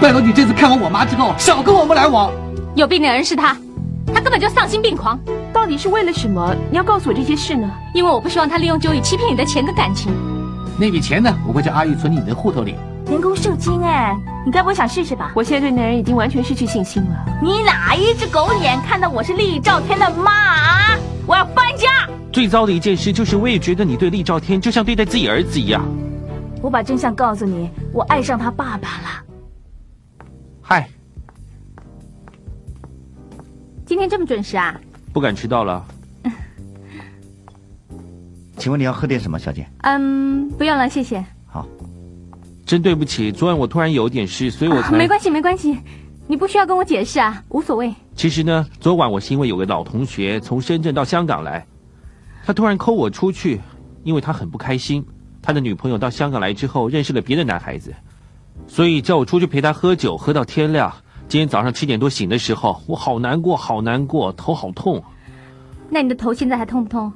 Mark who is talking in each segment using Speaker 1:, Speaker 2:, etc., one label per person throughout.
Speaker 1: 拜托你这次看完我妈之后，少跟我们来往。
Speaker 2: 有病的人是他，他根本就丧心病狂。
Speaker 3: 到底是为了什么你要告诉我这些事呢？
Speaker 2: 因为我不希望他利用九宇欺骗你的钱跟感情。
Speaker 1: 那笔钱呢，我会叫阿玉存进你的户头里。
Speaker 4: 人工受精哎，你该不会想试试吧？
Speaker 3: 我现在对男人已经完全失去信心了。
Speaker 4: 你哪一只狗眼看到我是厉兆天的妈啊？我要搬家！
Speaker 5: 最糟的一件事就是，我也觉得你对厉兆天就像对待自己儿子一样。
Speaker 4: 我把真相告诉你，我爱上他爸爸了。
Speaker 1: 嗨，
Speaker 2: 今天这么准时啊？
Speaker 5: 不敢迟到了。
Speaker 6: 请问你要喝点什么，小姐？
Speaker 2: 嗯，不用了，谢谢。
Speaker 6: 好，
Speaker 5: 真对不起，昨晚我突然有点事，所以我才、啊……
Speaker 2: 没关系，没关系，你不需要跟我解释啊，无所谓。
Speaker 5: 其实呢，昨晚我是因为有个老同学从深圳到香港来，他突然扣我出去，因为他很不开心，他的女朋友到香港来之后认识了别的男孩子。所以叫我出去陪他喝酒，喝到天亮。今天早上七点多醒的时候，我好难过，好难过，头好痛。
Speaker 2: 那你的头现在还痛不痛？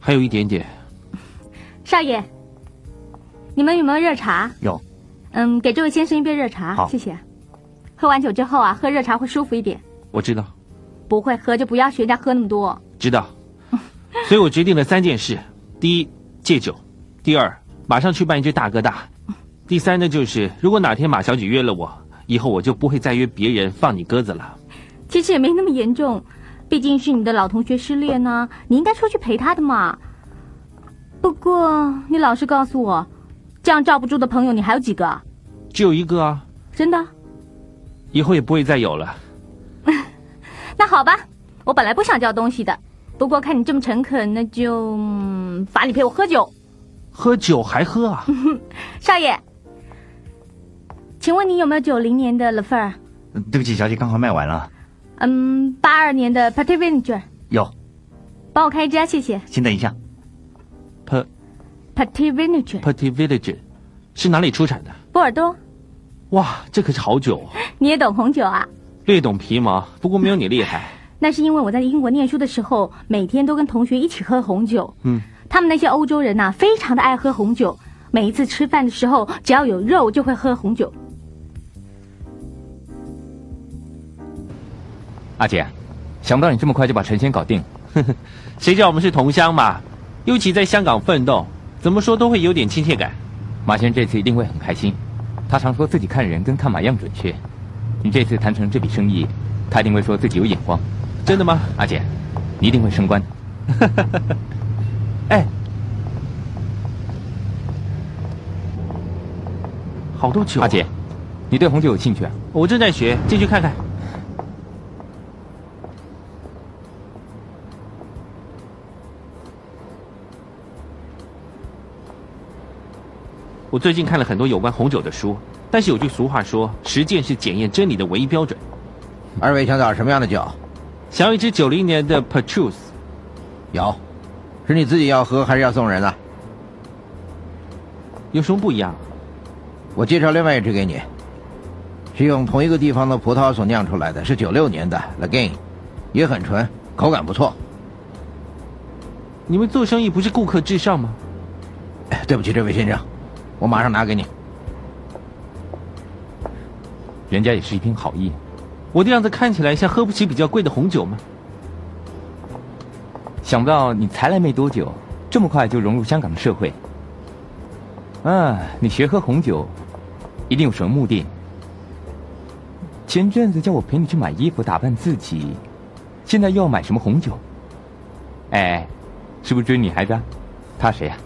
Speaker 5: 还有一点点。
Speaker 2: 少爷，你们有没有热茶？
Speaker 6: 有。
Speaker 2: 嗯，给这位先生一杯热茶。
Speaker 6: 好，
Speaker 2: 谢谢。喝完酒之后啊，喝热茶会舒服一点。
Speaker 5: 我知道。
Speaker 2: 不会喝就不要学人家喝那么多。
Speaker 5: 知道。所以我决定了三件事：第一，戒酒；第二，马上去办一只大哥大。第三呢，就是如果哪天马小姐约了我，以后我就不会再约别人放你鸽子了。
Speaker 2: 其实也没那么严重，毕竟是你的老同学失恋呢、啊，你应该出去陪他的嘛。不过你老实告诉我，这样罩不住的朋友你还有几个？
Speaker 5: 只有一个啊。
Speaker 2: 真的？
Speaker 5: 以后也不会再有了。
Speaker 2: 那好吧，我本来不想要东西的，不过看你这么诚恳，那就、嗯、罚你陪我喝酒。
Speaker 5: 喝酒还喝啊？
Speaker 2: 少爷。请问你有没有九零年的 l e f e r
Speaker 6: 对不起，小姐，刚好卖完了。
Speaker 2: 嗯，八二年的 Patek Vinger
Speaker 6: 有，
Speaker 2: 帮我开一支，啊谢谢。
Speaker 6: 先等一下
Speaker 5: ，P
Speaker 2: Patek Vinger
Speaker 5: Patek Vinger 是哪里出产的？
Speaker 2: 波尔多。
Speaker 5: 哇，这可是好酒。哦
Speaker 2: 你也懂红酒啊？
Speaker 5: 略懂皮毛，不过没有你厉害。
Speaker 2: 那是因为我在英国念书的时候，每天都跟同学一起喝红酒。
Speaker 5: 嗯，
Speaker 2: 他们那些欧洲人呐、啊，非常的爱喝红酒。每一次吃饭的时候，只要有肉就会喝红酒。
Speaker 7: 阿姐，啊想不到你这么快就把陈仙搞定，
Speaker 5: 谁叫我们是同乡嘛？尤其在香港奋斗，怎么说都会有点亲切感。
Speaker 7: 马先生这次一定会很开心，他常说自己看人跟看马一样准确。你这次谈成这笔生意，他一定会说自己有眼光。
Speaker 5: 真的吗？
Speaker 7: 阿姐，你一定会升官。
Speaker 5: 哎，好多酒、啊。
Speaker 7: 阿姐，你对红酒有兴趣啊？
Speaker 5: 我正在学，进去看看。我最近看了很多有关红酒的书，但是有句俗话说，实践是检验真理的唯一标准。
Speaker 8: 二位想找什么样的酒？
Speaker 5: 想要一支九零年的 Petrus。
Speaker 8: 有，
Speaker 9: 是你自己要喝还是要送人啊？
Speaker 5: 有什么不一样？啊
Speaker 9: 我介绍另外一支给你，是用同一个地方的葡萄所酿出来的，是九六年的 Lagane，也很纯，口感不错。
Speaker 5: 你们做生意不是顾客至上吗？
Speaker 9: 哎对不起，这位先生，我马上拿给你。
Speaker 10: 人家也是一片好意。
Speaker 5: 我的样子看起来像喝不起比较贵的红酒吗？
Speaker 10: 想不到你才来没多久，这么快就融入香港的社会。啊，你学喝红酒，一定有什么目的。前阵子叫我陪你去买衣服打扮自己，现在又要买什么红酒？哎，是不是追女孩子、啊？她谁呀、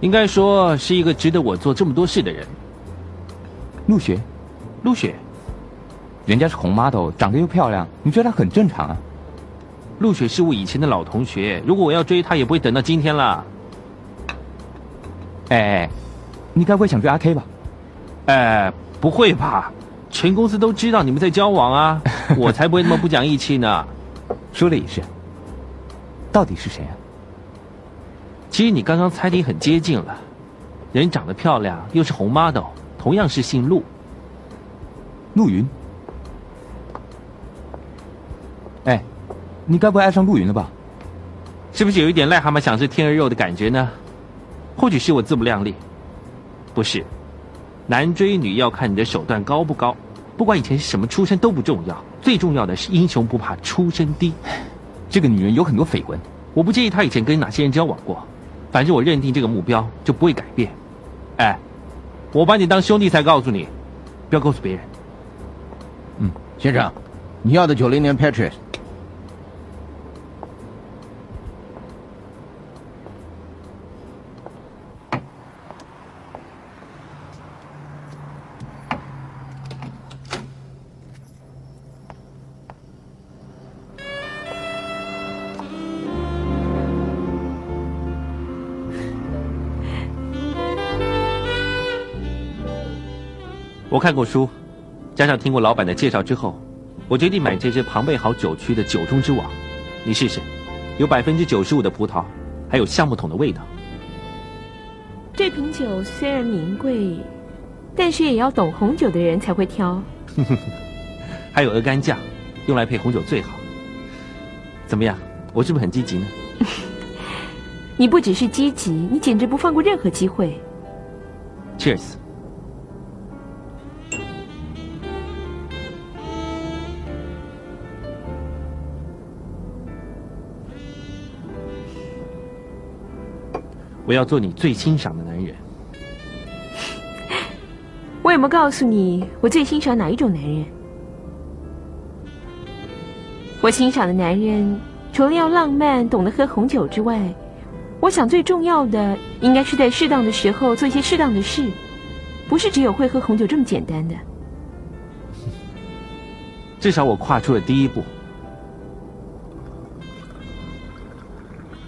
Speaker 5: 应该说是一个值得我做这么多事的人。
Speaker 10: 陆雪，
Speaker 5: 陆雪，
Speaker 10: 人家是红 model，长得又漂亮，你追她很正常啊。
Speaker 5: 陆雪是我以前的老同学，如果我要追她，也不会等到今天了。
Speaker 10: 哎，你该不会想追阿 K 吧？
Speaker 5: 哎，不会吧？全公司都知道你们在交往啊，我才不会那么不讲义气呢。
Speaker 10: 说了也是。到底是谁啊？
Speaker 5: 其实你刚刚猜的也很接近了，人长得漂亮，又是红 model，同样是姓陆。
Speaker 10: 陆云。哎，你该不会爱上陆云了吧？
Speaker 5: 是不是有一点癞蛤蟆想吃天鹅肉的感觉呢？或许是我自不量力，不是，男追女要看你的手段高不高，不管以前是什么出身都不重要，最重要的是英雄不怕出身低。
Speaker 10: 这个女人有很多绯闻，
Speaker 5: 我不介意她以前跟哪些人交往过，反正我认定这个目标就不会改变。哎，我把你当兄弟才告诉你，不要告诉别人。
Speaker 9: 先生，你要的九零年 Patrick，
Speaker 5: 我看过书，加上听过老板的介绍之后，我决定买这支庞贝好酒区的酒中之王。你试试，有百分之九十五的葡萄，还有橡木桶的味道。
Speaker 3: 这瓶酒虽然名贵，但是也要懂红酒的人才会挑。
Speaker 5: 还有鹅肝酱，用来配红酒最好。怎么样，我是不是很积极呢？
Speaker 3: 你不只是积极，你简直不放过任何机会。
Speaker 5: Cheers！我要做你最欣赏的男人。
Speaker 3: 我有没有告诉你我最欣赏哪一种男人？我欣赏的男人，除了要浪漫、懂得喝红酒之外，我想最重要的应该是在适当的时候做一些适当的事，不是只有会喝红酒这么简单的。
Speaker 5: 至少我跨出了第一步。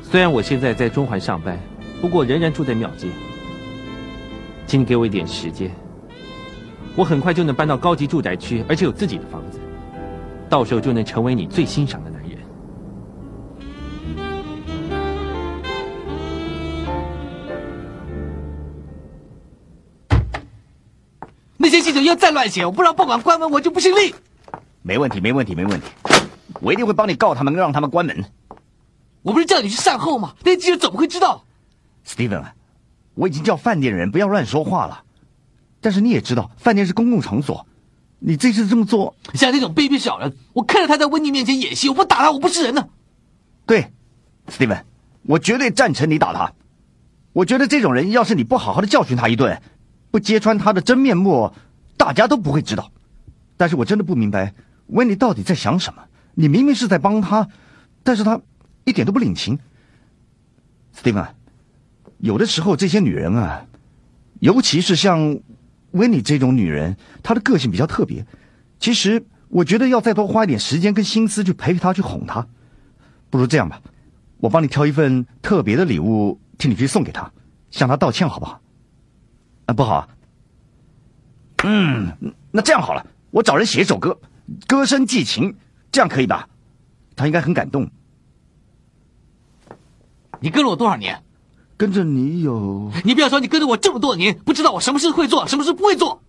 Speaker 5: 虽然我现在在中环上班，不过仍然住在庙街。请你给我一点时间，我很快就能搬到高级住宅区，而且有自己的房子，到时候就能成为你最欣赏的男人。
Speaker 11: 那些记者要再乱写，我不让报馆关门，我就不姓厉。
Speaker 6: 没问题，没问题，没问题，我一定会帮你告他们，让他们关门。
Speaker 11: 我不是叫你去善后吗？那些记者怎么会知道？
Speaker 6: Steven，啊我已经叫饭店人不要乱说话了。但是你也知道，饭店是公共场所，你这次这么做，
Speaker 11: 像这种卑鄙小人，我看着他在温妮面前演戏，我不打他，我不是人呢。
Speaker 6: 对，Steven，我绝对赞成你打他。我觉得这种人，要是你不好好的教训他一顿，不揭穿他的真面目，大家都不会知道。但是我真的不明白，温妮到底在想什么？你明明是在帮他，但是他一点都不领情。Steven，啊有的时候这些女人啊，尤其是像温妮这种女人，她的个性比较特别。其实我觉得要再多花一点时间跟心思去陪陪她，去哄她。不如这样吧，我帮你挑一份特别的礼物，替你去送给她，向她道歉，好不好？啊，不好啊。嗯，那这样好了，我找人写一首歌，歌声寄情，这样可以吧？她应该很感动。
Speaker 5: 你跟了我多少年？
Speaker 8: 跟着你有，
Speaker 5: 你不要说你跟着我这么多年，不知道我什么事会做，什么事不会做，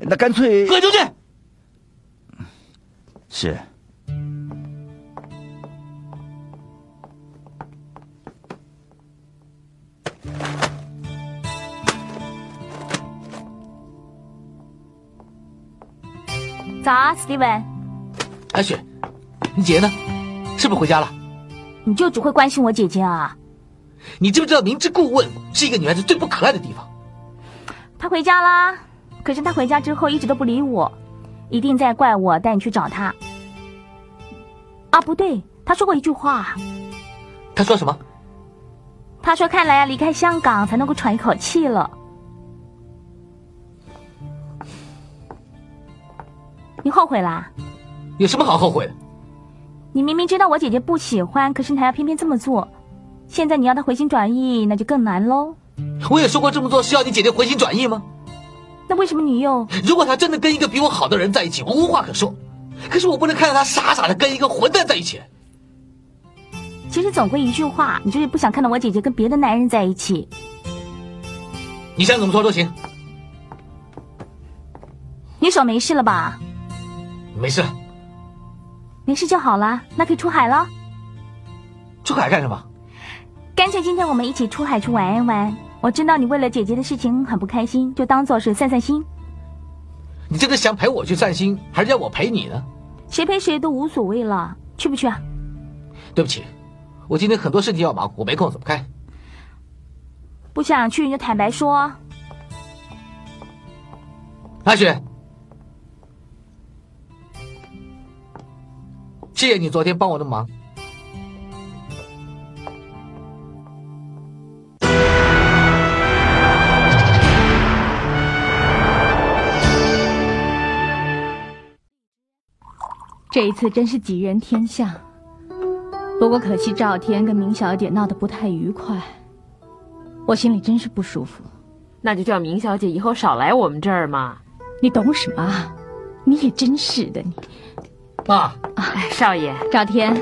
Speaker 8: 那干脆
Speaker 5: 滚出去！
Speaker 8: 是。
Speaker 4: 早啊，Steven，
Speaker 5: 安雪，你姐姐呢？是不是回家了？
Speaker 4: 你就只会关心我姐姐啊？
Speaker 5: 你知不知道明知故问是一个女孩子最不可爱的地方？
Speaker 4: 她回家啦，可是她回家之后一直都不理我，一定在怪我带你去找她。啊，不对，她说过一句话，
Speaker 5: 她说什么？
Speaker 4: 她说看来要离开香港才能够喘一口气了。你后悔啦？
Speaker 5: 有什么好后悔的？
Speaker 4: 你明明知道我姐姐不喜欢，可是你还要偏偏这么做。现在你要她回心转意，那就更难喽。
Speaker 5: 我也说过这么做是要你姐姐回心转意吗？
Speaker 4: 那为什么你又……
Speaker 5: 如果她真的跟一个比我好的人在一起，我无话可说。可是我不能看着她傻傻的跟一个混蛋在一起。
Speaker 4: 其实总归一句话，你就是不想看到我姐姐跟别的男人在一起。
Speaker 5: 你想怎么说都行，
Speaker 4: 你手没事了吧？
Speaker 5: 没事。
Speaker 4: 没事就好啦，那可以出海了。
Speaker 5: 出海干什么？
Speaker 4: 干脆今天我们一起出海去玩一玩。我知道你为了姐姐的事情很不开心，就当做是散散心，
Speaker 5: 你真的想陪我去散心，还是要我陪你呢？
Speaker 4: 谁陪谁都无所谓了。去不去啊？
Speaker 5: 对不起，我今天很多事情要忙，我没空，走不开。
Speaker 4: 不想去你就坦白说啊。
Speaker 5: 阿雪，谢谢你昨天帮我的忙。
Speaker 2: 这一次真是杞人天下。不过可惜赵天跟明小姐闹得不太愉快，我心里真是不舒服。
Speaker 3: 那就叫明小姐以后少来我们这儿嘛。
Speaker 2: 你懂什么啊？你也真是的，你
Speaker 5: 爸，
Speaker 3: 哎，少爷，
Speaker 2: 赵天，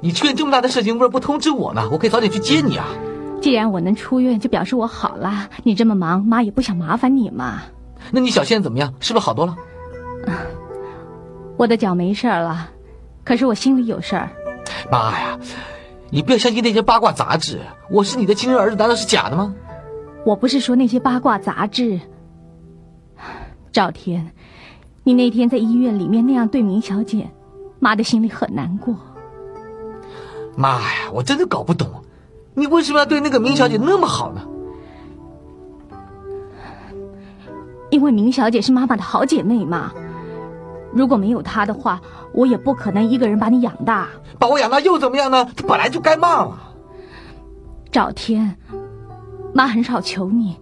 Speaker 5: 你出院这么大的事情，为什么不通知我呢？我可以早点去接你啊。
Speaker 2: 既然我能出院，就表示我好啦。你这么忙，妈也不想麻烦你嘛。
Speaker 5: 那你小现在怎么样？是不是好多了？
Speaker 2: 我的脚没事儿了，可是我心里有事儿。
Speaker 5: 妈呀，你不要相信那些八卦杂志。我是你的亲生儿子，难道是假的吗？
Speaker 2: 我不是说那些八卦杂志。赵天，你那天在医院里面那样对明小姐，妈的心里很难过。
Speaker 5: 妈呀，我真的搞不懂，你为什么要对那个明小姐那么好呢？
Speaker 2: 因为明小姐是妈妈的好姐妹嘛。如果没有她的话，我也不可能一个人把你养大。
Speaker 5: 把我养大又怎么样呢？她本来就该骂嘛。
Speaker 2: 赵天，妈很少求你，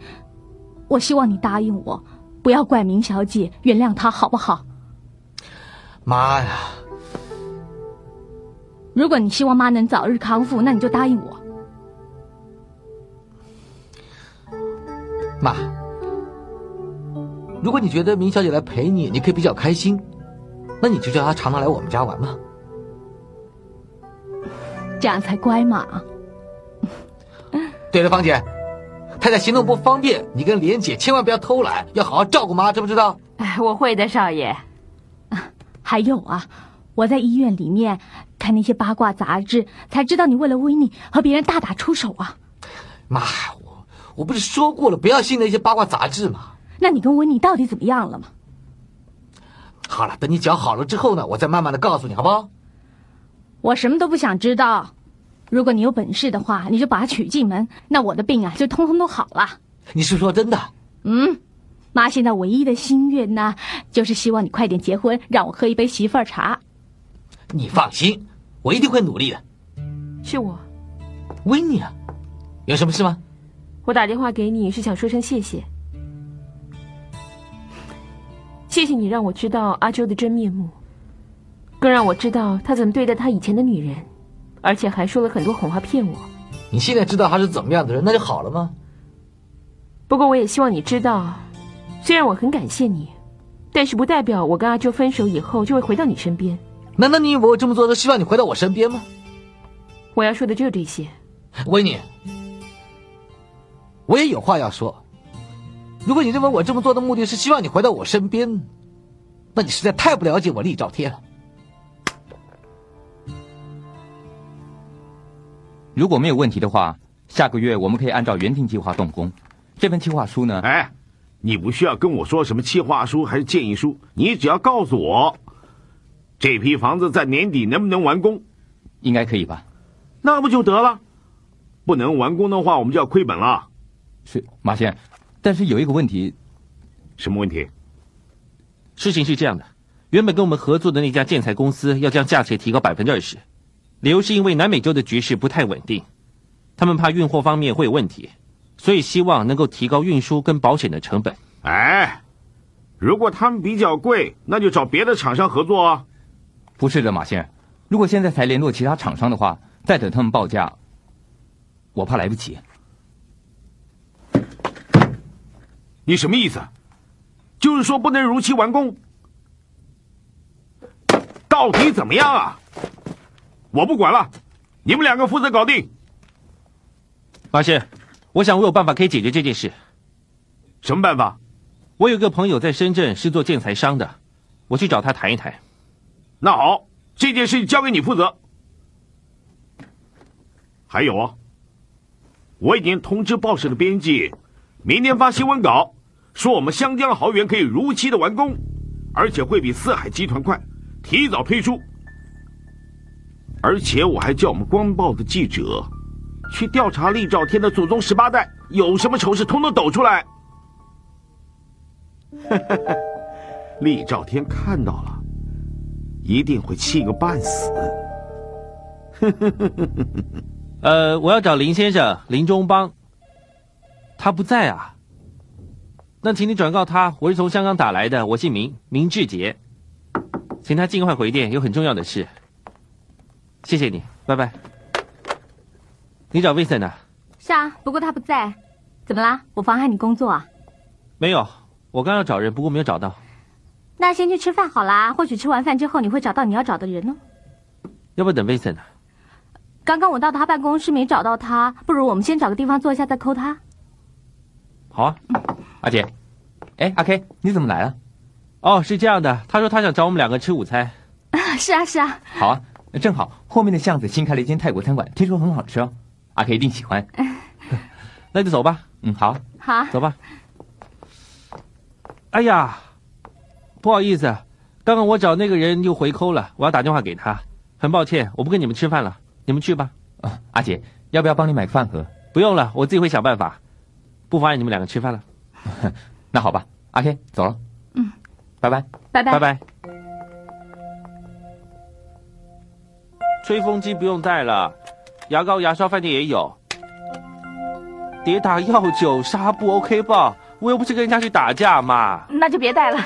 Speaker 2: 我希望你答应我，不要怪明小姐，原谅她好不好？
Speaker 5: 妈呀，
Speaker 2: 如果你希望妈能早日康复，那你就答应我。
Speaker 5: 妈，如果你觉得明小姐来陪你，你可以比较开心，那你就叫她常常来我们家玩嘛。
Speaker 2: 这样才乖嘛。
Speaker 5: 对了，芳姐，太太行动不方便，你跟莲姐千万不要偷懒，要好好照顾妈，知不知道？
Speaker 3: 哎， 我会的，少爷。
Speaker 2: 还有啊，我在医院里面看那些八卦杂志，才知道你为了维尼和别人大打出手啊。
Speaker 5: 妈，我我不是说过了，不要信那些八卦杂志嘛。
Speaker 2: 那你跟维尼到底怎么样了嘛？
Speaker 5: 好了，等你脚好了之后呢，我再慢慢的告诉你，好不好？
Speaker 2: 我什么都不想知道。如果你有本事的话，你就把他娶进门，那我的病啊就通通都好了。
Speaker 5: 你是说真的？
Speaker 2: 嗯，妈现在唯一的心愿呢，就是希望你快点结婚，让我喝一杯媳妇儿茶。
Speaker 5: 你放心，我一定会努力的。
Speaker 3: 是我，
Speaker 5: 维尼啊，有什么事吗？
Speaker 3: 我打电话给你是想说声谢谢，谢谢你让我知道阿周的真面目，更让我知道他怎么对待他以前的女人，而且还说了很多谎话骗我。
Speaker 5: 你现在知道他是怎么样的人，那就好了吗？
Speaker 3: 不过我也希望你知道，虽然我很感谢你，但是不代表我跟阿周分手以后就会回到你身边。
Speaker 5: 难道你以为我这么做是希望你回到我身边吗？
Speaker 12: 我要说的就是这些。
Speaker 5: 维尼，我也有话要说。如果你认为我这么做的目的是希望你回到我身边，那你实在太不了解我厉兆天了。
Speaker 8: 如果没有问题的话，下个月我们可以按照原定计划动工。这份计划书呢？
Speaker 13: 哎，你不需要跟我说什么计划书还是建议书，你只要告诉我，这批房子在年底能不能完工，
Speaker 8: 应该可以吧？
Speaker 13: 那不就得了？不能完工的话，我们就要亏本了。
Speaker 8: 是马先，但是有一个问题，
Speaker 13: 什么问题？
Speaker 6: 事情是这样的，原本跟我们合作的那家建材公司要将价钱提高百分之二十，理由是因为南美洲的局势不太稳定，他们怕运货方面会有问题，所以希望能够提高运输跟保险的成本。
Speaker 13: 哎，如果他们比较贵，那就找别的厂商合作啊。
Speaker 8: 不是的，马先，如果现在才联络其他厂商的话，再等他们报价，我怕来不及。
Speaker 13: 你什么意思？就是说不能如期完工？到底怎么样啊？我不管了，你们两个负责搞定。
Speaker 6: 马先，我想我有办法可以解决这件事。
Speaker 13: 什么办法？
Speaker 6: 我有一个朋友在深圳是做建材商的，我去找他谈一谈。
Speaker 13: 那好，这件事交给你负责。还有啊，我已经通知报社的编辑，明天发新闻稿，说我们湘江豪园可以如期的完工，而且会比四海集团快，提早推出。而且我还叫我们光报的记者，去调查厉兆天的祖宗十八代，有什么丑事通通抖出来。 厉兆天看到了。一定会气个半死。
Speaker 6: 呃，我要找林先生林中邦，他不在啊。那请你转告他，我是从香港打来的，我姓明，明志杰，请他尽快回电，有很重要的事。谢谢你，拜拜。你找 Vincent 啊？
Speaker 2: 是啊，不过他不在，怎么啦？我妨碍你工作啊？
Speaker 6: 没有，我刚要找人，不过没有找到。
Speaker 2: 那先去吃饭好啦，或许吃完饭之后你会找到你要找的人哦。
Speaker 6: 要不等 Vincent 啊？
Speaker 2: 刚刚我到他办公室没找到他，不如我们先找个地方坐下再扣他。
Speaker 6: 好啊。
Speaker 8: 阿杰，哎，阿 K，你怎么来了？
Speaker 6: 哦，是这样的，他说他想找我们两个吃午餐。
Speaker 2: 是啊，是啊，
Speaker 8: 好啊，正好后面的巷子新开了一间泰国餐馆，听说很好吃哦，阿 K 一定喜欢。
Speaker 6: 那就走吧，
Speaker 8: 嗯，好啊，
Speaker 2: 好啊，
Speaker 6: 走吧。哎呀，不好意思，刚刚我找那个人又回扣了，我要打电话给他。很抱歉，我不跟你们吃饭了，你们去吧。
Speaker 8: 啊阿杰，要不要帮你买个饭盒？
Speaker 6: 不用了，我自己会想办法，不妨碍你们两个吃饭了。
Speaker 8: 那好吧，阿 K 走了，
Speaker 2: 嗯，
Speaker 8: 拜拜。
Speaker 2: 拜拜。
Speaker 6: 拜拜。吹风机不用带了，牙膏、牙刷饭店也有。跌打药酒纱布 OK 吧？我又不是跟人家去打架嘛。
Speaker 3: 那就别带了。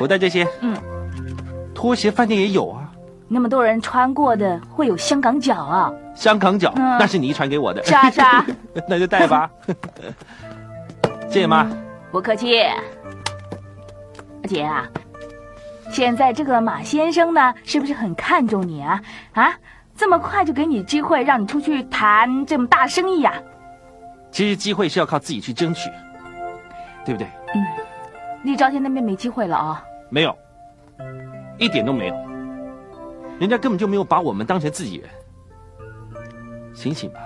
Speaker 6: 我带这些。
Speaker 3: 嗯。
Speaker 6: 拖鞋饭店也有啊，
Speaker 3: 那么多人穿过的会有香港脚啊！
Speaker 6: 香港脚、
Speaker 3: 嗯
Speaker 6: 那是你遗传给我的，
Speaker 3: 是啊是啊，
Speaker 6: 那就带 吧。谢谢妈。
Speaker 3: 不客气。姐啊，现在这个马先生呢，是不是很看重你啊？啊，这么快就给你机会让你出去谈这么大生意啊？
Speaker 6: 其实机会是要靠自己去争取，对不对？
Speaker 3: 厉兆天那边没机会了啊、
Speaker 6: 没有，一点都没有。人家根本就没有把我们当成自己人。醒醒吧！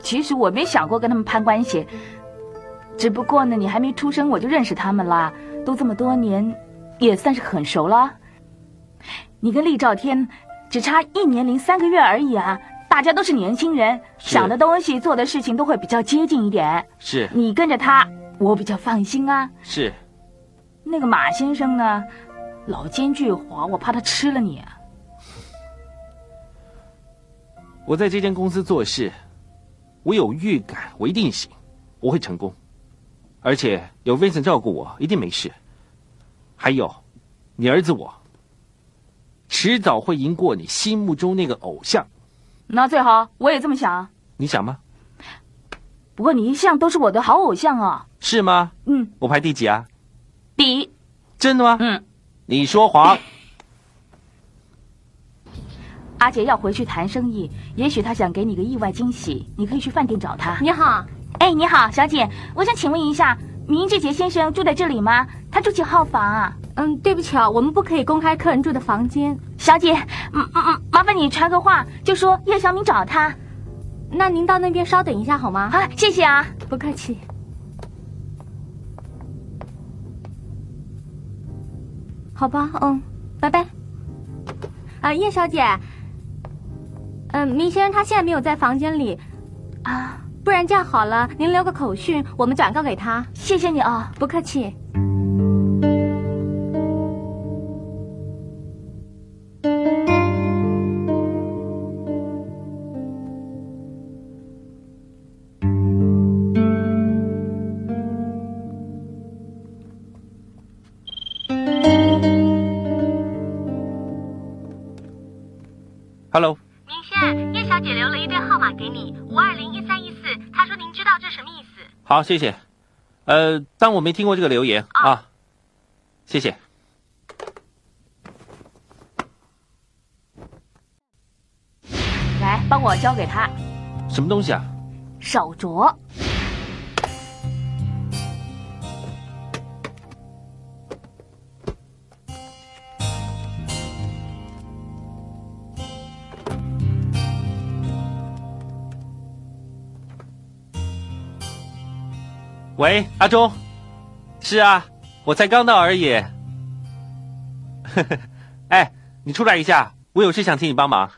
Speaker 3: 其实我没想过跟他们攀关系，只不过呢，你还没出生我就认识他们啦，都这么多年，也算是很熟了。你跟厉兆天只差一年零三个月而已啊，大家都是年轻人，
Speaker 6: 是
Speaker 3: 想的东西、做的事情都会比较接近一点。
Speaker 6: 是
Speaker 3: 你跟着他，我比较放心啊。
Speaker 6: 是，
Speaker 3: 那个马先生呢，老奸巨猾，我怕他吃了你啊。
Speaker 6: 我在这间公司做事，我有预感，我一定行，我会成功，而且有 Vincent 照顾我，一定没事。还有，你儿子我，迟早会赢过你心目中那个偶像，
Speaker 3: 那最好，我也这么想。
Speaker 6: 你想吗？
Speaker 3: 不过你一向都是我的好偶像啊。
Speaker 6: 是吗？
Speaker 3: 嗯，
Speaker 6: 我排第几啊？
Speaker 3: 第一，
Speaker 6: 真的吗？
Speaker 3: 嗯，
Speaker 6: 你说谎。
Speaker 2: 阿杰要回去谈生意，也许他想给你个意外惊喜，你可以去饭店找他。
Speaker 14: 你好，
Speaker 2: 哎，你好，小姐，我想请问一下，明志杰先生住在这里吗？他住几号房啊？
Speaker 14: 嗯，对不起啊，我们不可以公开客人住的房间。
Speaker 2: 小姐，嗯嗯嗯，麻烦你传个话，就说叶小敏找他
Speaker 14: 那您到那边稍等一下好吗？
Speaker 2: 啊，谢谢啊。
Speaker 14: 不客气。好吧，嗯，拜拜。啊，叶小姐，嗯，明先生他现在没有在房间里，
Speaker 2: 啊，
Speaker 14: 不然这样好了，您留个口讯，我们转告给他。
Speaker 2: 谢谢你哦。
Speaker 14: 不客气。
Speaker 6: Hello，
Speaker 15: 明轩，叶小姐留了一对号码给你，五二零一三一四，她说您知道这什么意思？
Speaker 6: 好，谢谢。呃，当我没听过这个留言啊，谢谢。
Speaker 2: 来，帮我交给他
Speaker 6: 什么东西啊？
Speaker 2: 手镯。
Speaker 6: 喂，阿忠，是啊，我才刚到而已。 哎，你出来一下，我有事想请你帮忙。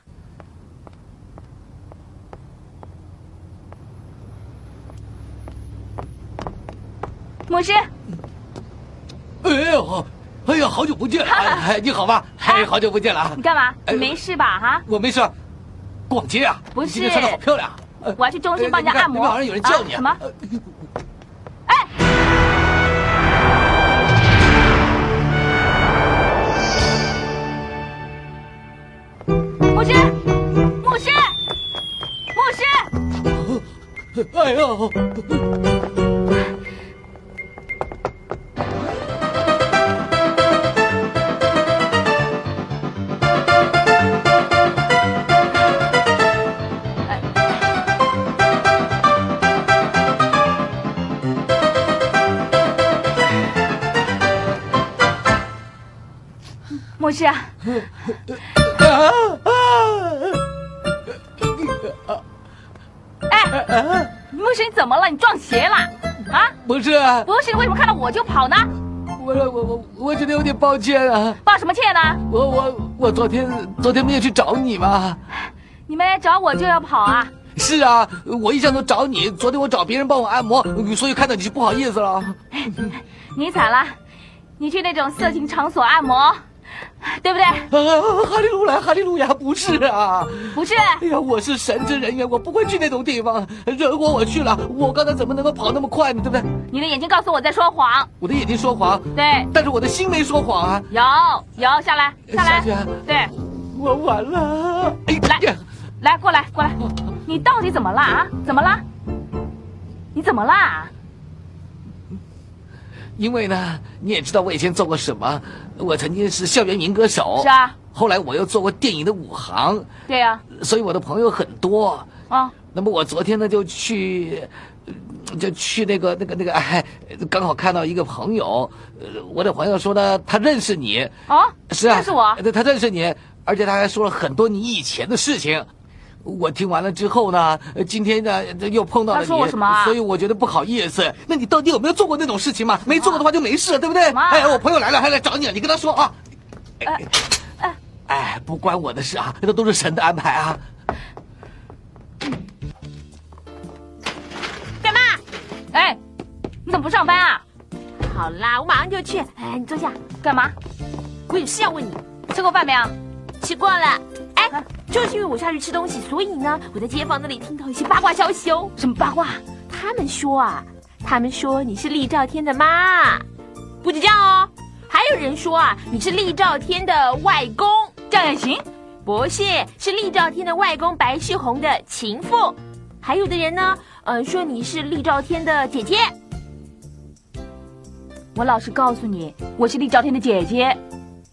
Speaker 2: 牧师，
Speaker 5: 哎呦，哎呀，好久不见！哎，你好吧？哎，好久不见了啊
Speaker 2: 你！干嘛？
Speaker 5: 哎
Speaker 2: 你没事吧？哈，
Speaker 5: 我没事，逛街啊。
Speaker 2: 不
Speaker 5: 你今天穿的
Speaker 2: 是
Speaker 5: 好漂亮啊。呃
Speaker 2: 我要去中心帮人家
Speaker 5: 哎
Speaker 2: 按
Speaker 5: 你看你们
Speaker 2: 摩。
Speaker 5: 好像有人叫你
Speaker 2: 啊什么？
Speaker 5: 呃
Speaker 2: 牧师，牧师，牧师，
Speaker 5: 哎呦，
Speaker 2: 牧师啊，
Speaker 5: 啊啊！
Speaker 2: 牧师，你怎么了？你撞邪了？啊，
Speaker 5: 不是啊，
Speaker 2: 不是，你为什么看到我就跑呢？
Speaker 5: 我我我我觉得有点抱歉啊，
Speaker 2: 抱什么歉呢？
Speaker 5: 我我我昨天昨天没有去找你嘛。
Speaker 2: 你们来找我就要跑啊？
Speaker 5: 是啊，我一向都找你，昨天我找别人帮我按摩，所以看到你就不好意思了。啊
Speaker 2: 你惨了，你去那种色情场所按摩，对不对？
Speaker 5: 啊，哈利路亚，哈利路亚，不是啊！
Speaker 2: 不是，
Speaker 5: 哎呀，我是神职人员，我不会去那种地方。如果我去了，我刚才怎么能够跑那么快呢？对不对？
Speaker 2: 你的眼睛告诉我在说谎。
Speaker 5: 我的眼睛说谎，
Speaker 2: 对，
Speaker 5: 但是我的心没说谎啊！
Speaker 2: 有有，下来
Speaker 5: 小
Speaker 2: 下来，
Speaker 5: 姐，
Speaker 2: 对，
Speaker 5: 我完了！哎
Speaker 2: 来
Speaker 5: 呀，
Speaker 2: 来过来过来，你到底怎么了啊？怎么了？你怎么了啊？
Speaker 5: 因为呢，你也知道我以前做过什么，我曾经是校园民歌手，
Speaker 2: 是啊，
Speaker 5: 后来我又做过电影的武行，
Speaker 2: 对呀、
Speaker 5: 所以我的朋友很多。
Speaker 2: 啊，
Speaker 5: 那么我昨天呢就去，呃就去那个那个那个，哎，刚好看到一个朋友，呃我的朋友说呢，他认识你，
Speaker 2: 哦，
Speaker 5: 是啊，
Speaker 2: 认识我，
Speaker 5: 对，他认识你，而且他还说了很多你以前的事情。我听完了之后呢，呃今天呢这又碰到了你，
Speaker 2: 他说我什么啊
Speaker 5: 所以我觉得不好意思。那你到底有没有做过那种事情嘛？没做过的话就没事，对不对？
Speaker 2: 么啊
Speaker 5: 哎，我朋友来了，还来找你了，你跟他说啊。
Speaker 2: 哎哎
Speaker 5: 哎，不关我的事啊，那都是神的安排啊。
Speaker 2: 干嘛？哎，你怎么不上班啊？
Speaker 3: 好啦，我马上就去。哎，你坐下，
Speaker 2: 干嘛？
Speaker 3: 我有事要问你。
Speaker 2: 吃过饭没有？啊
Speaker 3: 吃过了，哎，就是因为我下去吃东西，所以呢，我在街坊那里听到一些八卦消息哦。
Speaker 2: 什么八卦？
Speaker 3: 他们说啊，他们说你是厉兆天的妈，不止这样哦，还有人说啊，你是厉兆天的外公，
Speaker 2: 这样也行？
Speaker 3: 不是，是厉兆天的外公白世宏的情妇。还有的人呢，嗯、说你是厉兆天的姐姐。
Speaker 2: 我老实告 诉你，我是厉兆天的姐姐。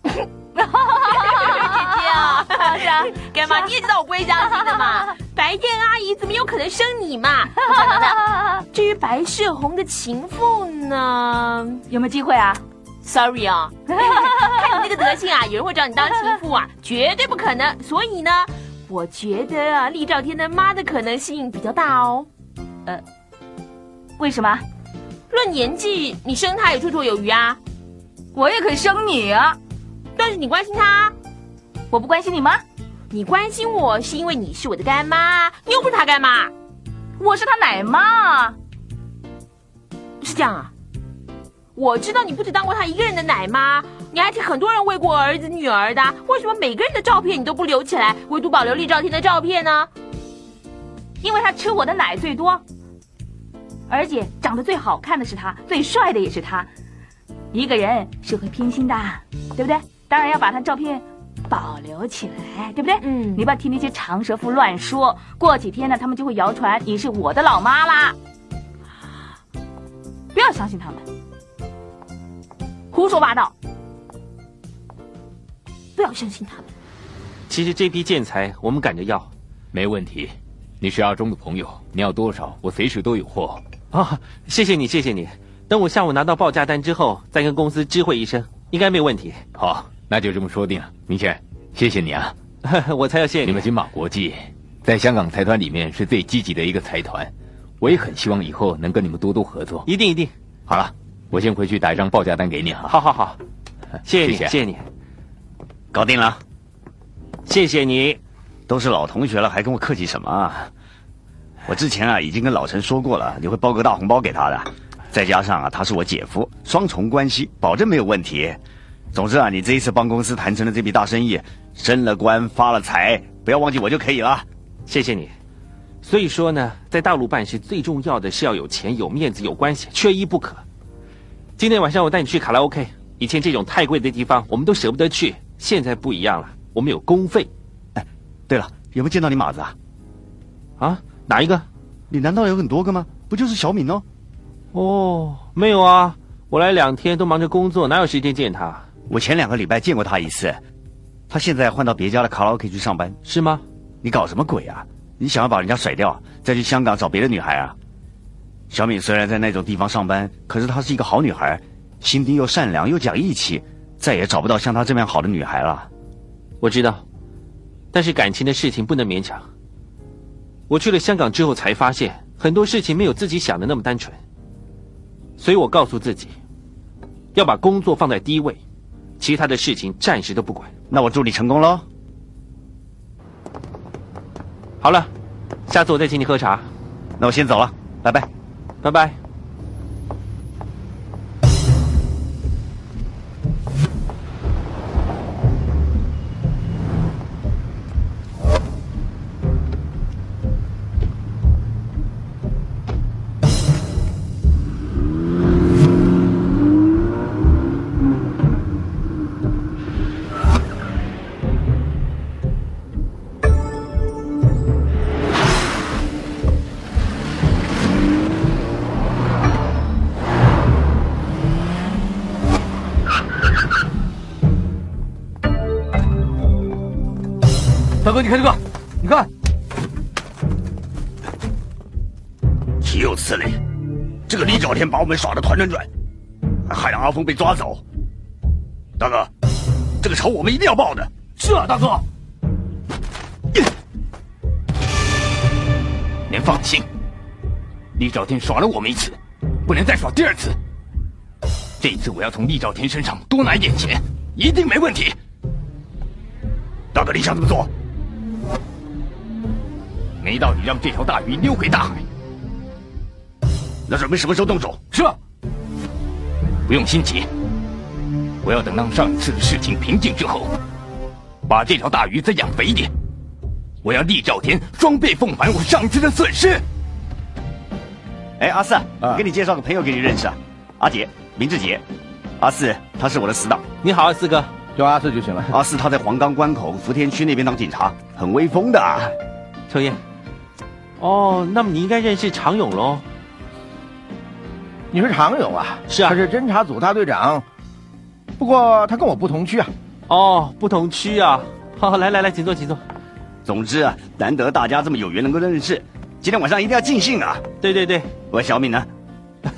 Speaker 2: 姐姐啊，是啊，
Speaker 3: 啊，干嘛？你也知道我不会相信的嘛。白燕阿姨怎么有可能生 你嘛？等等等至于白世红的情妇呢
Speaker 4: 有没有机会啊？
Speaker 3: ？Sorry 啊、 看你这个德性啊，有人会找你当情妇啊，绝对不可能。所以呢，我觉得啊，厉兆天的妈的可能性比较大哦。
Speaker 4: 呃为什么？
Speaker 3: 论年纪，你生他也绰绰有余啊，
Speaker 4: 我也可以生你啊！
Speaker 3: 但是你关心他，
Speaker 4: 我不关心你吗？
Speaker 3: 你关心我是因为你是我的干妈，你又不是他干妈，
Speaker 4: 我是他奶妈，
Speaker 3: 是这样啊？我知道你不止当过他一个人的奶妈，你还替很多人喂过儿子女儿的，为什么每个人的照片你都不留起来，唯独保留厉兆天的照片呢？
Speaker 4: 因为他吃我的奶最多，而且长得最好看的是他，最帅的也是他。一个人是会偏心的，对不对？当然要把他照片保留起来，对不对？
Speaker 3: 嗯
Speaker 4: 你不要听那些长舌妇乱说，过几天呢，他们就会谣传你是我的老妈啦。不要相信他们，胡说八道。
Speaker 3: 不要相信他们。
Speaker 6: 其实这批建材我们赶着要
Speaker 16: 没问题。你是阿忠的朋友，你要多少，我随时都有货。
Speaker 6: 啊，谢谢你，谢谢你。等我下午拿到报价单之后，再跟公司知会一声，应该没问题。
Speaker 16: 好，那就这么说定了。明轩，谢谢你啊！
Speaker 6: 我才要谢谢
Speaker 16: 你
Speaker 6: 你
Speaker 16: 们
Speaker 6: 们。
Speaker 16: 金马国际在香港财团里面是最积极的一个财团，我也很希望以后能跟你们多多合作。
Speaker 6: 一定一定，
Speaker 16: 好了，我先回去打一张报价单给你啊。
Speaker 6: 好好好，谢谢你，
Speaker 16: 谢谢
Speaker 6: 谢谢你，
Speaker 8: 搞定了，
Speaker 6: 谢谢你。
Speaker 8: 都是老同学了，还跟我客气什么啊？我之前啊已经跟老陈说过了，你会包个大红包给他的。再加上啊，他是我姐夫，双重关系，保证没有问题。总之啊，你这一次帮公司谈成了这笔大生意，升了官发了财，不要忘记我就可以了。
Speaker 6: 谢谢你。所以说呢，在大陆办事最重要的是要有钱、有面子、有关系，缺一不可。今天晚上我带你去卡拉 OK，以前这种太贵的地方我们都舍不得去，现在不一样了，我们有公费
Speaker 8: 对了，有没有见到你马子啊？
Speaker 6: 啊。哪一个？
Speaker 8: 你难道有很多个吗？不就是小敏哦？
Speaker 6: 哦，没有啊，我来两天都忙着工作，哪有时间见他？
Speaker 8: 我前两个礼拜见过他一次，他现在换到别家的卡拉 OK 去上班。
Speaker 6: 是吗？
Speaker 8: 你搞什么鬼啊？你想要把人家甩掉，再去香港找别的女孩啊？小敏虽然在那种地方上班，可是她是一个好女孩，心地又善良又讲义气，再也找不到像她这么样好的女孩了。
Speaker 6: 我知道，但是感情的事情不能勉强。我去了香港之后才发现，很多事情没有自己想的那么单纯。所以我告诉自己，要把工作放在第一位，其他的事情暂时都不管。
Speaker 8: 那我祝你成功喽！
Speaker 6: 好了，下次我再请你喝茶，
Speaker 8: 那我先走了，拜拜。
Speaker 6: 拜拜。
Speaker 7: 大哥，你看这个，你看，
Speaker 8: 岂有此理！这个李兆天把我们耍得团团转，还让阿峰被抓走。大哥，这个仇我们一定要报的。
Speaker 13: 是啊，大哥，
Speaker 16: 您放心，厉兆天耍了我们一次，不能再耍第二次。这一次我要从厉兆天身上多拿一点钱，一定没问题。
Speaker 8: 大哥，你想怎么做？
Speaker 16: 没道理让这条大鱼溜回大海，
Speaker 8: 那准备什么时候动手？
Speaker 13: 是啊，
Speaker 16: 不用心急。我要等到上一次的事情平静之后，把这条大鱼再养肥一点。我要厉兆天双倍奉还我上一次的损失。
Speaker 8: 哎，阿四，我给你介绍个朋友给你认识啊，阿杰，林志杰。阿四，他是我的死党。
Speaker 6: 你好啊，四哥。
Speaker 17: 叫阿四就行了。
Speaker 8: 阿四他在黄冈关口福田区那边当警察，很威风的啊。
Speaker 6: 抽烟。哦，那么你应该认识常勇喽。
Speaker 17: 你说常勇啊？
Speaker 6: 是啊
Speaker 17: 他是侦察组大队长，不过他跟我不同区啊。
Speaker 6: 哦，不同区啊。好，好来来来，请坐，请坐。
Speaker 8: 总之啊，难得大家这么有缘能够认识，今天晚上一定要尽兴啊！
Speaker 6: 对对对，
Speaker 8: 我小敏呢？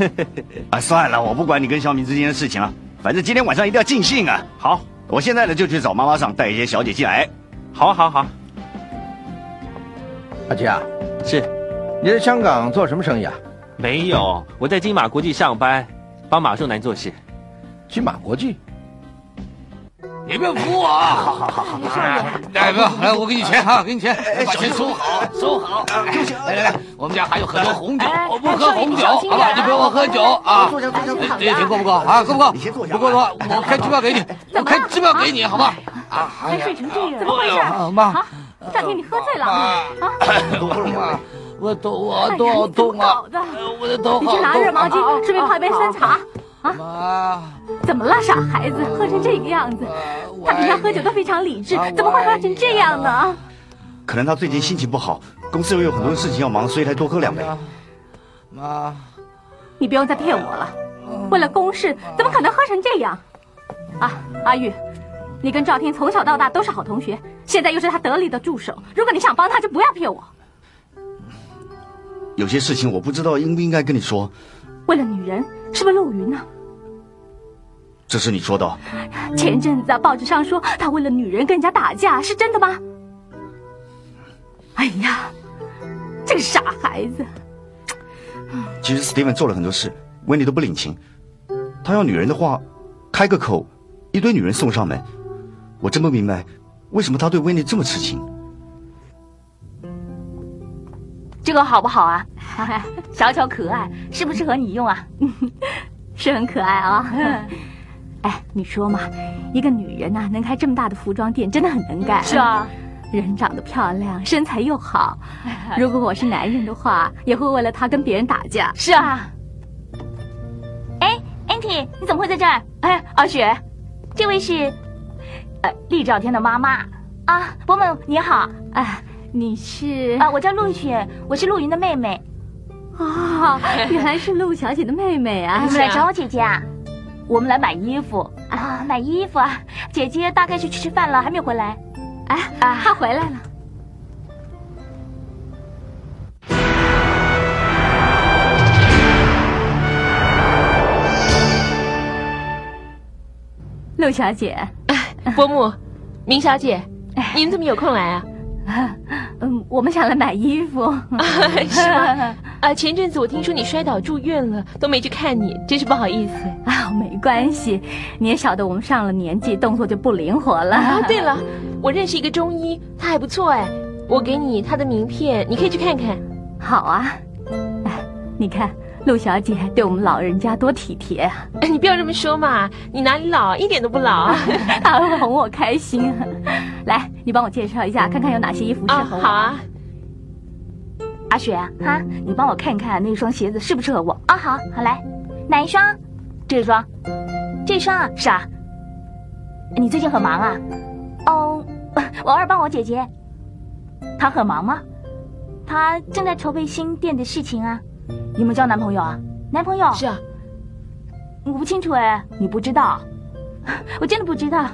Speaker 8: 啊，算了，我不管你跟小敏之间的事情了，反正今天晚上一定要尽兴啊！
Speaker 6: 好，
Speaker 8: 我现在呢就去找妈妈上带一些小姐进来。
Speaker 6: 好，啊好，好。
Speaker 17: 阿七啊，
Speaker 6: 是，
Speaker 17: 你在香港做什么生意啊？
Speaker 6: 没有，我在金马国际上班，帮马仲南做事。
Speaker 17: 金马国际？
Speaker 5: 你别扶我！好
Speaker 17: 好好好，
Speaker 5: 哎大哥，来，我给你钱啊，给你钱，
Speaker 17: 啊哎
Speaker 5: 把钱
Speaker 17: 小心
Speaker 5: 收好，收好。来来来，我们家还有很多红酒，
Speaker 17: 哎
Speaker 5: 我不喝红酒，
Speaker 17: 哎少
Speaker 5: 好
Speaker 17: 爷
Speaker 5: 吧？
Speaker 17: 小心点啊
Speaker 5: 你陪我喝酒啊
Speaker 17: 坐下坐
Speaker 2: 哎
Speaker 17: 下坐下！
Speaker 5: 这这钱够不够啊？够不够？
Speaker 17: 你先坐下
Speaker 5: 不够的话，我开支票给你，我开支票给你，好吧？啊，哎
Speaker 2: 还
Speaker 5: 呀
Speaker 2: 睡成这样，怎么回事？
Speaker 5: 啊妈，
Speaker 2: 大天，你喝醉了啊？
Speaker 5: 妈，我头
Speaker 2: 哎
Speaker 5: 我头好痛啊！我的头好痛啊！
Speaker 2: 你去拿热毛巾，顺便泡一杯参茶。啊！怎么了，傻孩子？喝成这个样子，他平常喝酒都非常理智，
Speaker 5: 啊
Speaker 2: 怎么会喝成这样呢？
Speaker 8: 可能他最近心情不好，公司又有很多事情要忙，所以才多喝两杯。
Speaker 5: 哎妈，
Speaker 2: 你不用再骗我了，
Speaker 5: 嗯
Speaker 2: 为了公事，怎么可能喝成这样？啊，阿玉，你跟赵天从小到大都是好同学，现在又是他得力的助手，如果你想帮他，就不要骗我。
Speaker 8: 有些事情我不知道应不应该跟你说，
Speaker 2: 为了女人，是不是陆云啊？
Speaker 8: 这是你说的。啊
Speaker 2: 前阵子啊，报纸上说他为了女人跟人家打架，是真的吗？哎呀，这个傻孩子！
Speaker 8: 其实 Steven 做了很多事，温妮都不领情。他要女人的话，开个口，一堆女人送上门。我真不明白，为什么他对温妮这么痴情。
Speaker 4: 这个好不好 啊？小巧可爱，适不适合你用啊？
Speaker 2: 是很可爱 啊、哎，你说嘛，一个女人呐、能开这么大的服装店，真的很能干。
Speaker 4: 是啊，
Speaker 2: 人长得漂亮，身材 又好。如果我是男人的话，也会为了她跟别人打架。
Speaker 4: 是啊。哎，Auntie，你怎么会在这儿？哎，二雪，这位是，呃，厉兆天的妈妈啊，伯母你好
Speaker 2: 啊，你是
Speaker 4: 啊，我叫陆雪，我是陆云的妹妹，哦
Speaker 2: 啊、原来是陆小姐的妹妹啊！
Speaker 4: 你们来找我姐姐啊？我们来买衣服啊，买衣服啊，姐姐大概是去吃饭了，还没有回来。啊
Speaker 2: 哎，她回来了。陆小姐，
Speaker 3: 伯母，明小姐，您怎么有空来啊？
Speaker 2: 嗯，我们想来买衣服，
Speaker 3: 是吗？啊，前阵子我听说你摔倒住院了，都没去看你，真是不好意思。
Speaker 2: 啊，没关系，你也晓得我们上了年纪，动作就不灵活了。
Speaker 3: 啊，对了，我认识一个中医，他还不错哎，我给你他的名片，你可以去看 看。
Speaker 2: 好啊，哎，你看陆小姐对我们老人家多体贴啊，
Speaker 3: 哎你不要这么说嘛，你哪里老，一点都不老。
Speaker 2: 她会哄我开心。啊来，你帮我介绍一下，看看有哪些衣服适
Speaker 3: 啊，
Speaker 2: 合我。
Speaker 3: 好啊，
Speaker 4: 阿雪啊，哈，你帮我看看那双鞋子适不适合我啊？好，好来，哪一双？这双，这双啊，是啊。你最近很忙啊？哦， 我偶尔帮我姐姐。她很忙吗？她正在筹备新店的事情啊。你们交男朋友啊？男朋友
Speaker 2: 哦
Speaker 3: 是啊，
Speaker 4: 我不清楚哎，你不知 道？我真的不知道，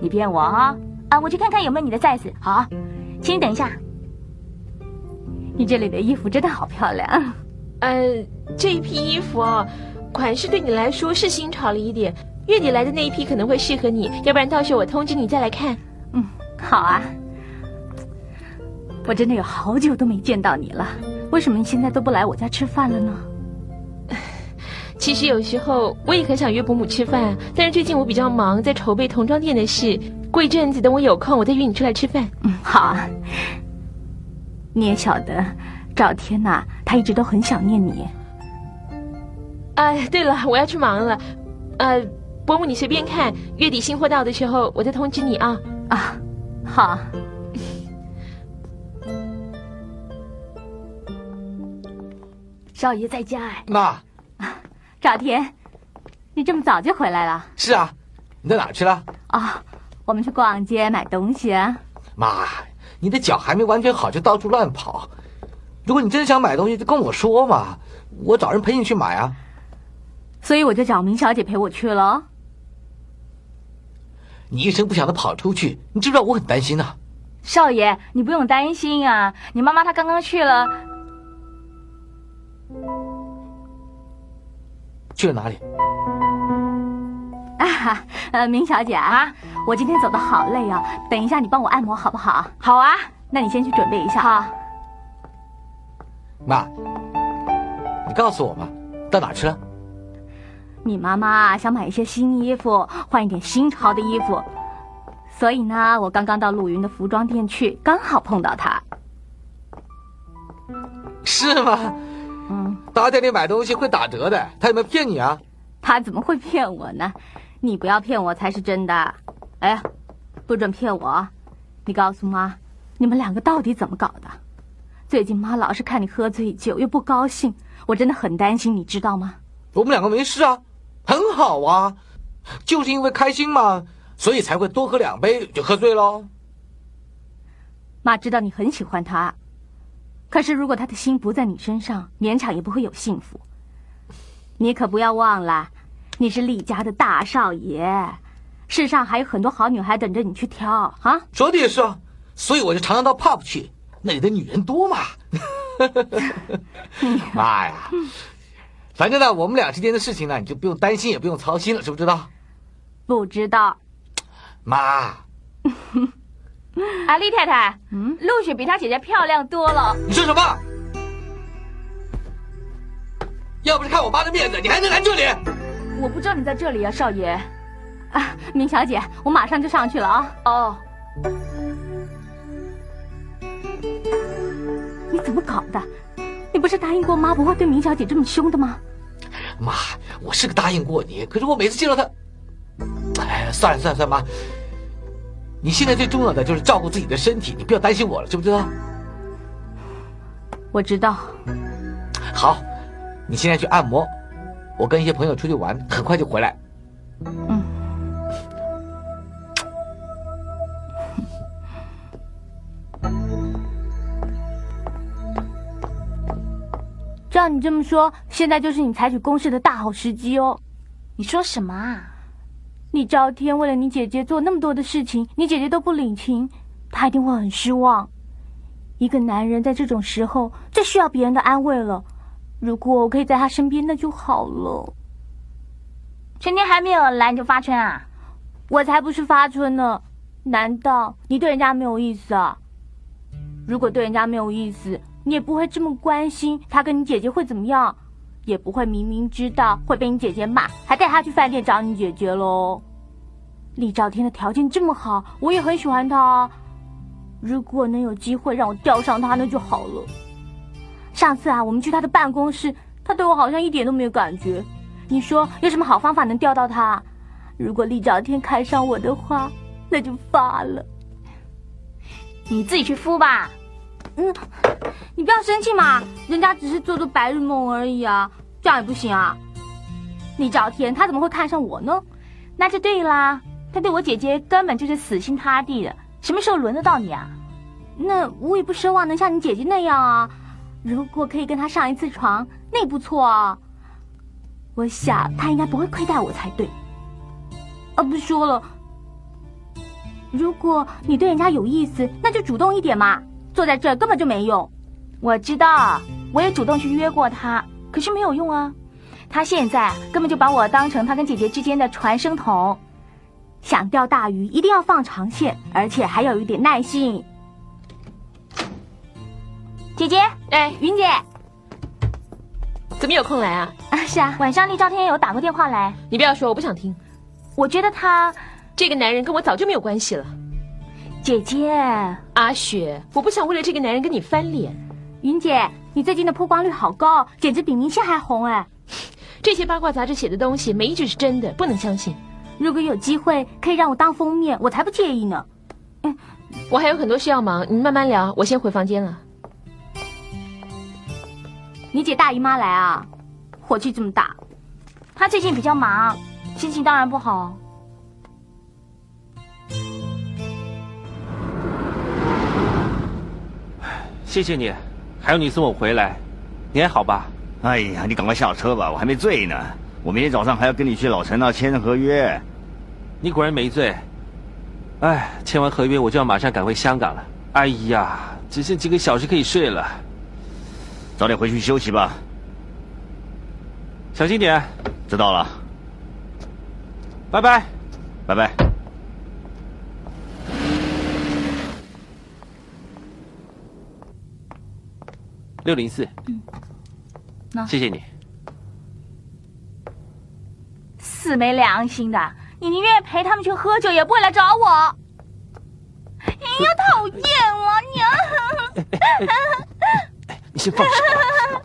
Speaker 4: 你骗我啊！啊，我去看看有没有你的 size。好，请你等一下。
Speaker 2: 你这里的衣服真的好漂亮。
Speaker 3: 呃，这一批衣服哦，款式对你来说是新潮了一点，月底来的那一批可能会适合你，要不然到时候我通知你再来看。
Speaker 2: 好啊，我真的有好久都没见到你了，为什么你现在都不来我家吃饭了呢？
Speaker 3: 其实有时候我也很想约伯母吃饭，但是最近我比较忙，在筹备童装店的事。过一阵子等我有空，我再约你出来吃饭。
Speaker 2: 嗯，好啊。你也晓得，赵天呐、他一直都很想念你。
Speaker 3: 哎，对了，我要去忙了。呃，伯母你随便看，月底新货到的时候我再通知你啊。
Speaker 2: 好，
Speaker 4: 少爷在家哎，
Speaker 5: 妈，
Speaker 2: 啊赵天，你这么早就回来了
Speaker 5: 是啊，你到哪儿去了？
Speaker 2: 啊、我们去逛街买东西啊。
Speaker 5: 妈，你的脚还没完全好就到处乱跑。如果你真想买东西，就跟我说嘛，我找人陪你去买啊。
Speaker 2: 所以我就找明小姐陪我去了哦。
Speaker 5: 你一声不响的跑出去，你知不知道我很担心呐、啊
Speaker 4: 少爷，你不用担心啊，你妈妈她刚刚去了，
Speaker 5: 去了哪里？
Speaker 2: 啊哈，呃，明小姐啊，我今天走的好累啊，等一下你帮我按摩好不好？
Speaker 4: 好啊，
Speaker 2: 那你先去准备一下。好，
Speaker 5: 妈，你告诉我吧，到哪儿去了？
Speaker 2: 你妈妈想买一些新衣服，换一点新潮的衣服，所以呢，我刚刚到陆云的服装店去，刚好碰到她。
Speaker 5: 是吗？嗯，到店里买东西会打折的，他有没有骗你啊？
Speaker 2: 她怎么会骗我呢？你不要骗我才是真的。哎，不准骗我！啊你告诉妈，你们两个到底怎么搞的？最近妈老是看你喝醉酒，又不高兴，我真的很担心，你知道吗？
Speaker 5: 我们两个没事啊，很好啊，就是因为开心嘛，所以才会多喝两杯就喝醉喽。
Speaker 2: 妈知道你很喜欢他，可是如果他的心不在你身上，勉强也不会有幸福。你可不要忘了，你是厉家的大少爷，世上还有很多好女孩等着你去挑啊！
Speaker 5: 说的也是啊，所以我就常常到 pub 去，那里的女人多嘛。妈呀，反正呢，我们俩之间的事情呢，你就不用担心，也不用操心了，知不知道？
Speaker 2: 不知道，
Speaker 5: 妈，
Speaker 4: 阿丽太太，嗯，陆雪比她姐姐漂亮多了。
Speaker 5: 你说什么？要不是看我妈的面子，你还能来这里？
Speaker 4: 我不知道你在这里啊，少爷。
Speaker 2: 啊，明小姐，我马上就上去了啊！
Speaker 4: 哦，
Speaker 2: 你怎么搞的？你不是答应过妈不会对明小姐这么凶的吗？
Speaker 5: 妈，我是个答应过你，可是我每次见到她，哎，算了算了算了，妈，你现在最重要的就是照顾自己的身体，你不要担心我了，知不知道？
Speaker 2: 我知道，
Speaker 5: 好，你现在去按摩，我跟一些朋友出去玩，很快就回来。
Speaker 2: 照你这么说，现在就是你采取攻势的大好时机哦。
Speaker 4: 你说什么啊？
Speaker 2: 你赵天为了你姐姐做那么多的事情，你姐姐都不领情，她一定会很失望。一个男人在这种时候最需要别人的安慰了。如果我可以在他身边，那就好了。
Speaker 4: 春天还没有来你就发春啊？
Speaker 2: 我才不是发春呢！难道你对人家没有意思啊？如果对人家没有意思，你也不会这么关心他跟你姐姐会怎么样，也不会明明知道会被你姐姐骂，还带他去饭店找你姐姐喽。厉兆天的条件这么好，我也很喜欢他啊。如果能有机会让我钓上他，那就好了。上次啊，我们去他的办公室，他对我好像一点都没有感觉。你说有什么好方法能钓到他啊？如果厉兆天看上我的话，那就发了。
Speaker 4: 你自己去敷吧。
Speaker 2: 嗯，你不要生气嘛，人家只是做做白日梦而已啊，这样也不行啊。厉兆天他怎么会看上我呢？
Speaker 4: 那就对啦，他对我姐姐根本就是死心塌地的，什么时候轮得到你啊？
Speaker 2: 那我也不奢望能像你姐姐那样啊。如果可以跟他上一次床，那也不错啊。我想他应该不会亏待我才对。啊，不说了。如果你对人家有意思，那就主动一点嘛。坐在这儿根本就没用。
Speaker 4: 我知道，我也主动去约过他，可是没有用啊。他现在根本就把我当成他跟姐姐之间的传声筒。
Speaker 2: 想钓大鱼，一定要放长线，而且还要有一点耐性。
Speaker 4: 姐姐，
Speaker 3: 哎，
Speaker 4: 云姐，
Speaker 3: 怎么有空来啊？
Speaker 2: 啊，是啊，
Speaker 4: 晚上厉兆天有打过电话来，
Speaker 3: 你不要说，我不想听。
Speaker 4: 我觉得他，
Speaker 3: 这个男人跟我早就没有关系了。
Speaker 4: 姐姐，
Speaker 3: 阿雪，我不想为了这个男人跟你翻脸。
Speaker 2: 云姐，你最近的曝光率好高，简直比明星还红哎！
Speaker 3: 这些八卦杂志写的东西，没一句是真的，不能相信。
Speaker 2: 如果有机会可以让我当封面，我才不介意呢。哎，
Speaker 3: 我还有很多事要忙，你慢慢聊，我先回房间了。
Speaker 2: 你姐大姨妈来啊，火气这么大，
Speaker 4: 她最近比较忙，心情当然不好。
Speaker 6: 谢谢你，还有你送我回来，你还好吧？
Speaker 8: 哎呀，你赶快下车吧，我还没醉呢。我明天早上还要跟你去老陈那签合约。
Speaker 6: 你果然没醉，哎，签完合约我就要马上赶回香港了。哎呀，只剩几个小时可以睡了，
Speaker 8: 早点回去休息吧。
Speaker 6: 小心点，
Speaker 8: 知道了，
Speaker 6: 拜拜。
Speaker 8: 拜拜。
Speaker 6: 六零四，
Speaker 2: 那
Speaker 6: 谢谢你。
Speaker 2: 死没良心的，你宁愿陪他们去喝酒，也不会来找我。你又讨厌我，你
Speaker 6: 你先放手吧。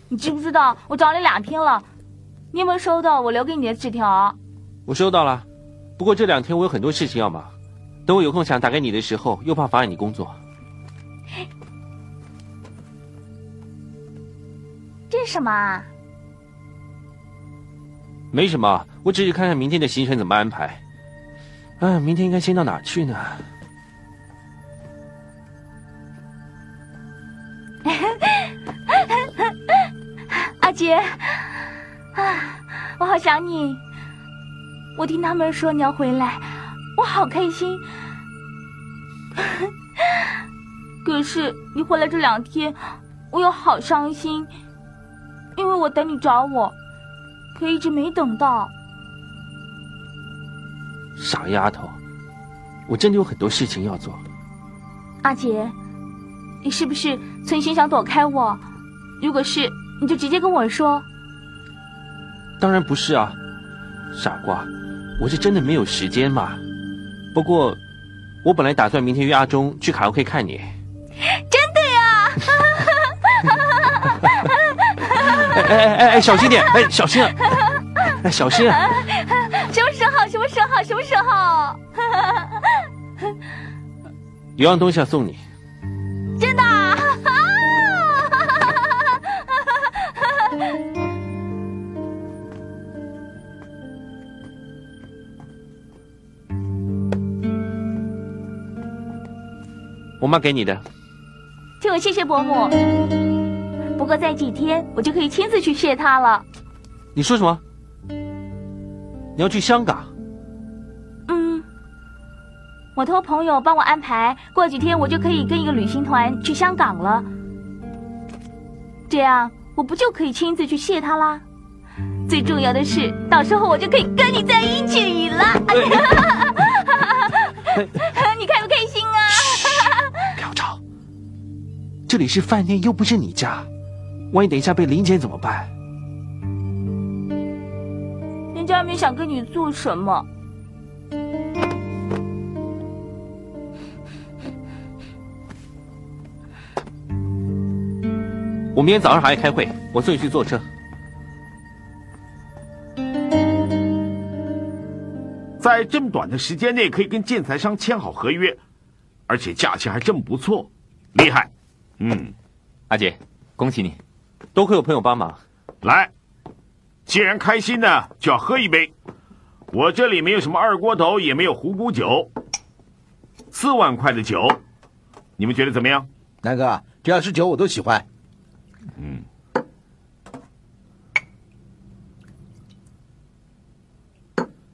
Speaker 2: 你知不知道我找你两天了？你有没有收到我留给你的纸条？
Speaker 6: 我收到了，不过这两天我有很多事情要忙，等我有空想打给你的时候，又怕妨碍你工作。
Speaker 2: 这是什么啊？
Speaker 6: 没什么，我只是看看明天的行程怎么安排。哎，明天应该先到哪儿去呢？
Speaker 2: 阿杰，啊，我好想你。我听他们说你要回来，我好开心。 可是你回来这两天，我又好伤心，因为我等你找我，可一直没等到。
Speaker 6: 傻丫头，我真的有很多事情要做。
Speaker 2: 阿杰，你是不是存心想躲开我？如果是，你就直接跟我说。
Speaker 6: 当然不是啊，傻瓜，我是真的没有时间嘛。不过，我本来打算明天约阿忠去卡拉 OK 看你。
Speaker 2: 真的呀！
Speaker 6: 哎哎哎哎哎，小心点！哎，小心啊！哎，小心啊！
Speaker 2: 什么时候？什么时候？什么时候？
Speaker 6: 有样东西要送你，
Speaker 2: 真的啊！
Speaker 6: 我妈给你的。
Speaker 2: 替我谢谢伯母。不过再几天我就可以亲自去谢他了。
Speaker 6: 你说什么？你要去香港？
Speaker 2: 嗯，我托朋友帮我安排，过几天我就可以跟一个旅行团去香港了。这样我不就可以亲自去谢他啦？最重要的是，到时候我就可以跟你在一起了。你开不开心啊？
Speaker 6: 不要吵，这里是饭店，又不是你家，万一等一下被临检怎么办？
Speaker 2: 人家没想跟你做什么。
Speaker 6: 我明天早上还要开会，我送你去坐车。
Speaker 13: 在这么短的时间内可以跟建材商签好合约，而且价钱还真不错，厉害。嗯，
Speaker 5: 阿杰，恭喜你！
Speaker 6: 多亏有朋友帮忙。
Speaker 13: 来，既然开心呢，就要喝一杯。我这里没有什么二锅头，也没有虎骨酒，四万块的酒，你们觉得怎么样？
Speaker 17: 南哥，啊只要是酒我都喜欢。
Speaker 13: 嗯，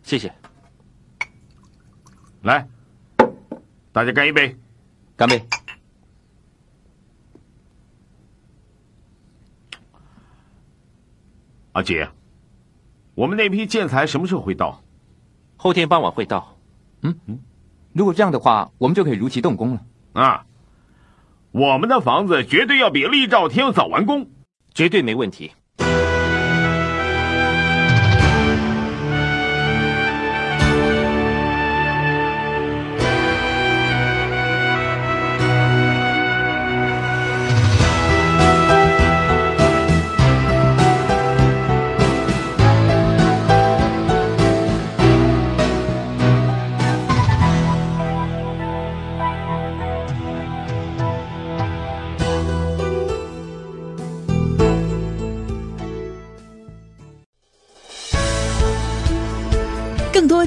Speaker 6: 谢谢，
Speaker 13: 来，大家干一杯。
Speaker 5: 干杯！
Speaker 13: 阿杰，我们那批建材什么时候会到？
Speaker 6: 后天傍晚会到。
Speaker 5: 如果这样的话，我们就可以如期动工了。
Speaker 13: 啊，我们的房子绝对要比厉兆天要早完工。
Speaker 6: 绝对没问题。
Speaker 18: 更多